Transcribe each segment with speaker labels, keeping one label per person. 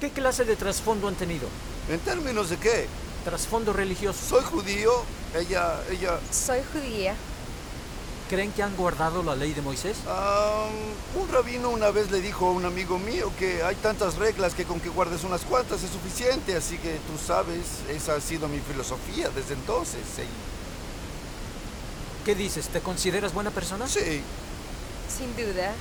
Speaker 1: ¿Qué clase de trasfondo han tenido?
Speaker 2: ¿En términos de qué?
Speaker 1: ¿Trasfondo religioso?
Speaker 2: Soy judío, ella, ella,
Speaker 3: Soy judía.
Speaker 1: ¿Creen que han guardado la ley de Moisés?
Speaker 2: Am, un rabino una vez le dijo a un amigo mío que hay tantas reglas que con que guardes unas cuantas es suficiente, así que tú sabes, esa ha sido mi filosofía desde entonces. y-
Speaker 1: ¿Qué dices? ¿Te consideras buena persona?
Speaker 2: sí,
Speaker 3: Sin duda.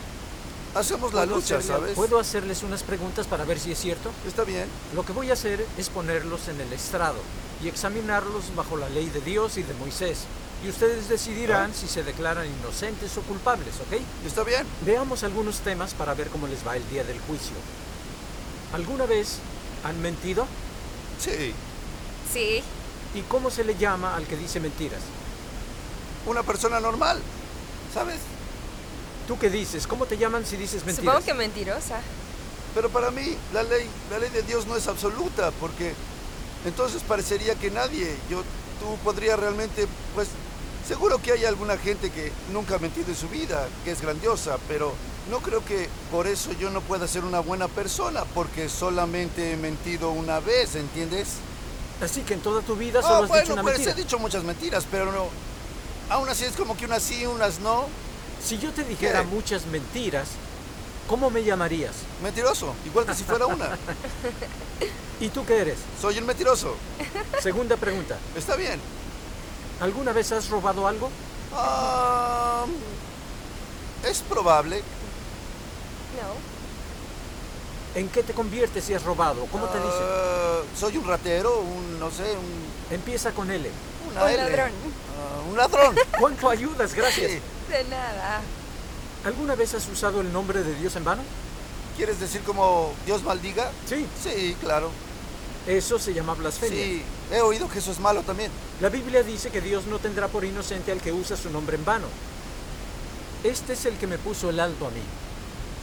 Speaker 2: hacemos la
Speaker 1: ¿Puedo
Speaker 2: lucha,
Speaker 1: hacerle-
Speaker 2: ¿sabes?
Speaker 1: ¿Puedo hacerles unas preguntas para ver si es cierto?
Speaker 2: Está bien.
Speaker 1: Lo que voy a hacer es ponerlos en el estrado y examinarlos bajo la ley de Dios y de Moisés. Y ustedes decidirán si se declaran inocentes o culpables, ¿ok?
Speaker 2: Está bien.
Speaker 1: Veamos algunos temas para ver cómo les va el día del juicio. ¿Alguna vez han mentido?
Speaker 2: Sí.
Speaker 3: Sí.
Speaker 1: ¿Y cómo se le llama al que dice mentiras?
Speaker 2: Una persona normal. ¿Sabes?
Speaker 1: ¿Tú qué dices? ¿Cómo te llaman si dices mentiras?
Speaker 3: Supongo que mentirosa.
Speaker 2: Pero para mí la ley, la ley de Dios no es absoluta, porque entonces parecería que nadie, yo, tú podría realmente, pues, seguro que hay alguna gente que nunca ha mentido en su vida, que es grandiosa, pero no creo que por eso yo no pueda ser una buena persona, porque solamente he mentido una vez, ¿entiendes?
Speaker 1: Así que en toda tu vida solo
Speaker 2: Ah,
Speaker 1: has dicho
Speaker 2: bueno,
Speaker 1: una
Speaker 2: pues
Speaker 1: mentira.
Speaker 2: he dicho muchas mentiras, pero no. Aún así es como que unas sí, unas no.
Speaker 1: Si yo te dijera
Speaker 2: ¿Qué?
Speaker 1: muchas mentiras, ¿cómo me llamarías?
Speaker 2: Mentiroso, igual que si fuera una.
Speaker 1: ¿Y tú qué eres?
Speaker 2: Soy un mentiroso.
Speaker 1: Segunda pregunta.
Speaker 2: Está bien.
Speaker 1: ¿Alguna vez has robado algo?
Speaker 2: Ah, es probable.
Speaker 3: No.
Speaker 1: ¿En qué te conviertes si has robado? ¿Cómo te dicen?
Speaker 2: Ah, soy un ratero, un, no sé, un,
Speaker 1: Empieza con L.
Speaker 2: una
Speaker 3: Un
Speaker 2: L.
Speaker 3: ladrón.
Speaker 2: Ah, un ladrón.
Speaker 1: ¿Cuánto ayudas?
Speaker 2: Sí.
Speaker 1: Gracias.
Speaker 3: De nada.
Speaker 1: ¿Alguna vez has usado el nombre de Dios en vano?
Speaker 2: ¿Quieres decir como Dios maldiga?
Speaker 1: Sí.
Speaker 2: Sí, claro.
Speaker 1: Eso se llama blasfemia.
Speaker 2: Sí, he oído que eso es malo también.
Speaker 1: La Biblia dice que Dios no tendrá por inocente al que usa su nombre en vano. Este es el que me puso el alto a mí.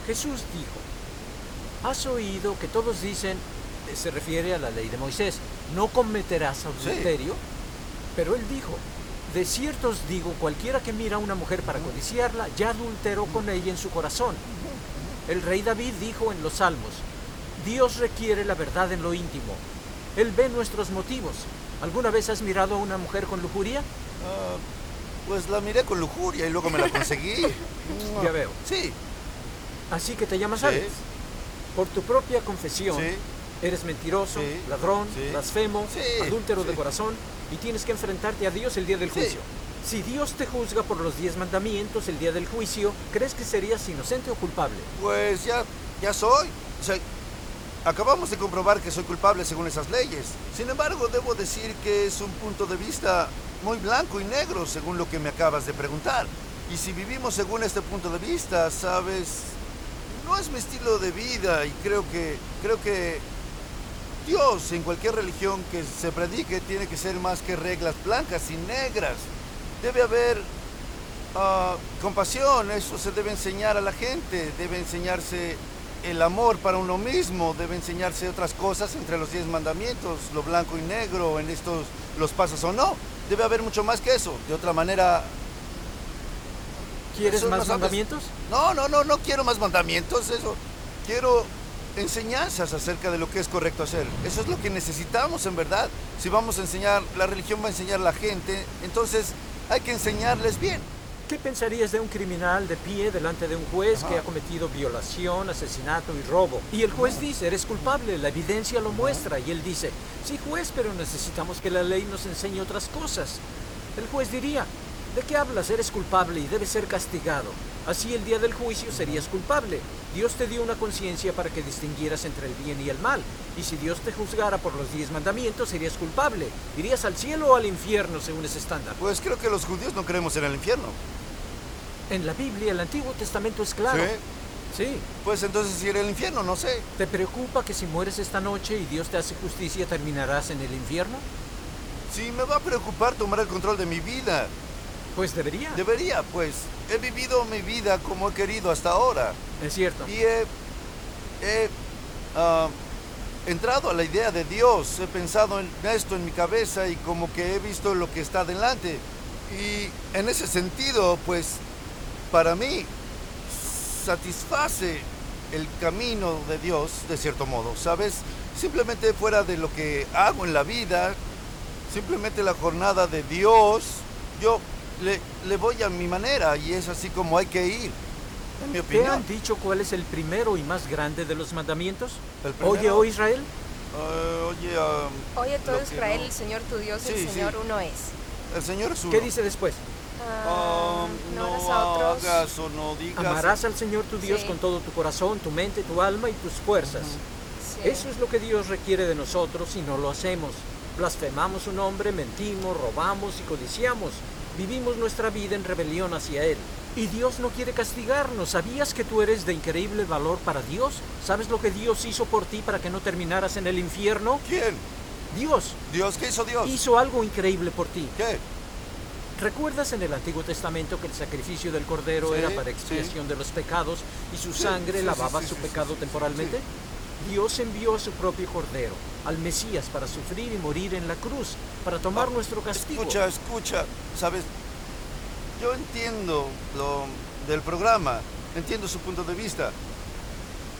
Speaker 1: Jesús dijo, has oído que todos dicen, eh, se refiere a la ley de Moisés, no cometerás adulterio, pero él dijo, de cierto os digo, cualquiera que mira a una mujer para codiciarla, ya adulteró con ella en su corazón. El rey David dijo en los Salmos, Dios requiere la verdad en lo íntimo. Él ve nuestros motivos. ¿Alguna vez has mirado a una mujer con lujuria?
Speaker 2: Ah, pues la miré con lujuria y luego me la conseguí.
Speaker 1: Ya veo.
Speaker 2: Sí.
Speaker 1: Así que te llamas
Speaker 2: Sí.
Speaker 1: Alex. Por tu propia confesión,
Speaker 2: Sí.
Speaker 1: eres mentiroso,
Speaker 2: Sí.
Speaker 1: ladrón,
Speaker 2: Sí.
Speaker 1: blasfemo,
Speaker 2: Sí.
Speaker 1: adúltero de
Speaker 2: Sí.
Speaker 1: corazón y tienes que enfrentarte a Dios el día del
Speaker 2: Sí.
Speaker 1: juicio. Si Dios te juzga por los diez mandamientos el día del juicio, ¿crees que serías inocente o culpable?
Speaker 2: Pues ya, ya soy. Soy- Acabamos de comprobar que soy culpable según esas leyes. Sin embargo, debo decir que es un punto de vista muy blanco y negro según lo que me acabas de preguntar. Y si vivimos según este punto de vista, sabes, no es mi estilo de vida y creo que creo que Dios en cualquier religión que se predique tiene que ser más que reglas blancas y negras. Debe haber Ah, compasión, eso se debe enseñar a la gente, debe enseñarse el amor para uno mismo, debe enseñarse otras cosas entre los diez mandamientos, lo blanco y negro, en estos los pasos o no. Debe haber mucho más que eso. De otra manera,
Speaker 1: ¿Quieres
Speaker 2: Eso no
Speaker 1: más
Speaker 2: sabes.
Speaker 1: mandamientos?
Speaker 2: no, no, no, no quiero más mandamientos, eso. Quiero enseñanzas acerca de lo que es correcto hacer. Eso es lo que necesitamos en verdad. Si vamos a enseñar, la religión va a enseñar a la gente, entonces hay que enseñarles bien.
Speaker 1: ¿Qué pensarías de un criminal de pie delante de un juez que
Speaker 2: Ajá.
Speaker 1: ha cometido violación, asesinato y robo? Y el juez dice, eres culpable, la evidencia lo muestra. Y él dice, sí juez, pero necesitamos que la ley nos enseñe otras cosas. El juez diría, ¿de qué hablas? Eres culpable y debes ser castigado. Así el día del juicio serías culpable. Dios te dio una conciencia para que distinguieras entre el bien y el mal. Y si Dios te juzgara por los diez mandamientos, serías culpable. Irías al cielo o al infierno según ese estándar.
Speaker 2: Pues creo que los judíos no creemos en el infierno.
Speaker 1: En la Biblia, el Antiguo Testamento es claro.
Speaker 2: ¿Sí?
Speaker 1: Sí.
Speaker 2: Pues entonces iré al infierno, no sé.
Speaker 1: ¿Te preocupa que si mueres esta noche y Dios te hace justicia terminarás en el infierno?
Speaker 2: Si me va a preocupar tomar el control de mi vida,
Speaker 1: Pues debería.
Speaker 2: debería, pues. He vivido mi vida como he querido hasta ahora.
Speaker 1: es cierto.
Speaker 2: Y he, he, ah, entrado a la idea de Dios, he pensado en esto en mi cabeza y como que he visto lo que está delante. Y en ese sentido, pues, para mí, satisface el camino de Dios, de cierto modo, ¿sabes? Simplemente fuera de lo que hago en la vida, simplemente la jornada de Dios, yo le, le voy a mi manera y es así como hay que ir, en mi
Speaker 1: ¿Te han
Speaker 2: opinión.
Speaker 1: dicho cuál es el primero y más grande de los mandamientos?
Speaker 2: El
Speaker 1: Oye,
Speaker 2: primero.
Speaker 1: oh Israel,
Speaker 2: Eh, oye, ah,
Speaker 3: Oye todo
Speaker 2: Lo que
Speaker 3: Israel,
Speaker 2: no.
Speaker 3: el Señor tu Dios,
Speaker 2: Sí,
Speaker 3: el
Speaker 2: sí.
Speaker 3: Señor uno es.
Speaker 2: el Señor es uno.
Speaker 1: ¿qué dice después?
Speaker 3: Ah,
Speaker 2: Ah,
Speaker 3: no
Speaker 2: no
Speaker 3: harás a otros.
Speaker 2: hagas o no digas.
Speaker 1: Amarás al Señor tu Dios
Speaker 3: Sí.
Speaker 1: con todo tu corazón, tu mente, tu alma y tus fuerzas.
Speaker 3: Sí.
Speaker 1: Eso es lo que Dios requiere de nosotros y no lo hacemos. Blasfemamos su nombre, mentimos, robamos y codiciamos. Vivimos nuestra vida en rebelión hacia Él. Y Dios no quiere castigarnos. ¿Sabías que tú eres de increíble valor para Dios? ¿Sabes lo que Dios hizo por ti para que no terminaras en el infierno?
Speaker 2: ¿Quién?
Speaker 1: Dios
Speaker 2: Dios, ¿qué hizo Dios?
Speaker 1: hizo algo increíble por ti.
Speaker 2: ¿Qué?
Speaker 1: ¿Recuerdas en el Antiguo Testamento que el sacrificio del cordero
Speaker 2: Sí,
Speaker 1: era para
Speaker 2: sí.
Speaker 1: expiación de los pecados y su
Speaker 2: Sí,
Speaker 1: sangre
Speaker 2: sí, sí,
Speaker 1: lavaba
Speaker 2: sí,
Speaker 1: su
Speaker 2: sí,
Speaker 1: pecado
Speaker 2: sí, sí,
Speaker 1: temporalmente? Dios envió a su propio cordero, al Mesías, para sufrir y morir en la cruz, para tomar
Speaker 2: Ah,
Speaker 1: nuestro castigo.
Speaker 2: Escucha, escucha, ¿sabes? Yo entiendo lo del programa, entiendo su punto de vista,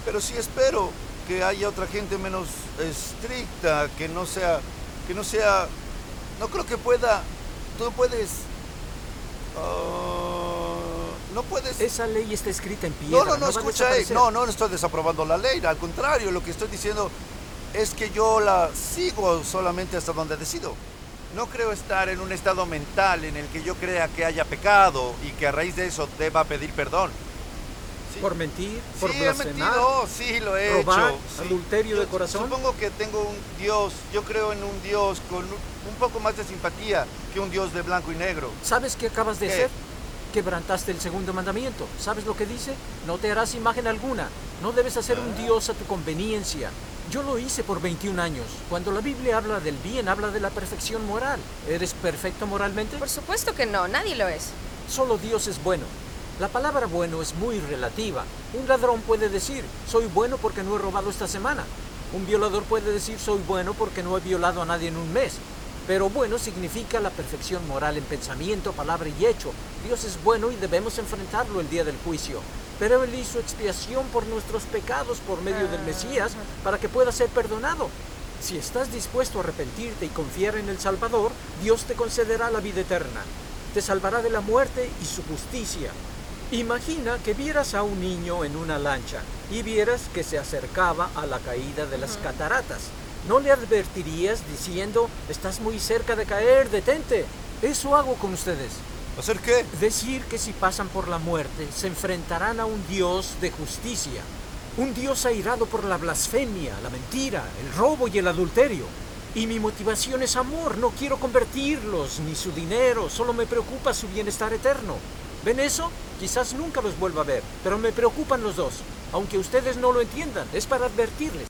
Speaker 2: pero sí espero que haya otra gente menos estricta, que no sea, que no sea, no creo que pueda, tú puedes, ah, no puedes...
Speaker 1: Esa ley está escrita en piedra.
Speaker 2: No, no, no,
Speaker 1: va a
Speaker 2: escucha, eh,
Speaker 1: desaparecer.
Speaker 2: no, no, no estoy desaprobando la ley, al contrario, lo que estoy diciendo es que yo la sigo solamente hasta donde decido. No creo estar en un estado mental en el que yo crea que haya pecado y que a raíz de eso deba pedir perdón. Sí,
Speaker 1: Por mentir, por
Speaker 2: sí, he
Speaker 1: blasfemar.
Speaker 2: mentido, sí, lo he
Speaker 1: robar,
Speaker 2: hecho. sí.
Speaker 1: adulterio de
Speaker 2: Yo
Speaker 1: corazón.
Speaker 2: Supongo que tengo un Dios, yo creo en un Dios con un un poco más de simpatía que un Dios de blanco y negro.
Speaker 1: ¿Sabes qué acabas de
Speaker 2: ¿Qué?
Speaker 1: hacer? Quebrantaste el segundo mandamiento. ¿Sabes lo que dice? No te harás imagen alguna. No debes hacer un dios a tu conveniencia. Yo lo hice por 21 años. Cuando la Biblia habla del bien, habla de la perfección moral. ¿Eres perfecto moralmente?
Speaker 3: Por supuesto que no, nadie lo es.
Speaker 1: Solo Dios es bueno. La palabra bueno es muy relativa. Un ladrón puede decir, soy bueno porque no he robado esta semana. Un violador puede decir, soy bueno porque no he violado a nadie en un mes. Pero bueno significa la perfección moral en pensamiento, palabra y hecho. Dios es bueno y debemos enfrentarlo el día del juicio. Pero Él hizo expiación por nuestros pecados por medio del Mesías para que pueda ser perdonado. Si estás dispuesto a arrepentirte y confiar en el Salvador, Dios te concederá la vida eterna. Te salvará de la muerte y su justicia. Imagina que vieras a un niño en una lancha y vieras que se acercaba a la caída de las cataratas. No le advertirías diciendo, estás muy cerca de caer, detente. Eso hago con ustedes.
Speaker 2: ¿Hacer qué?
Speaker 1: Decir que si pasan por la muerte, se enfrentarán a un Dios de justicia, un Dios airado por la blasfemia, la mentira, el robo y el adulterio. Y mi motivación es amor, no quiero convertirlos, ni su dinero, solo me preocupa su bienestar eterno. ¿Ven eso? Quizás nunca los vuelva a ver, pero me preocupan los dos, aunque ustedes no lo entiendan, es para advertirles.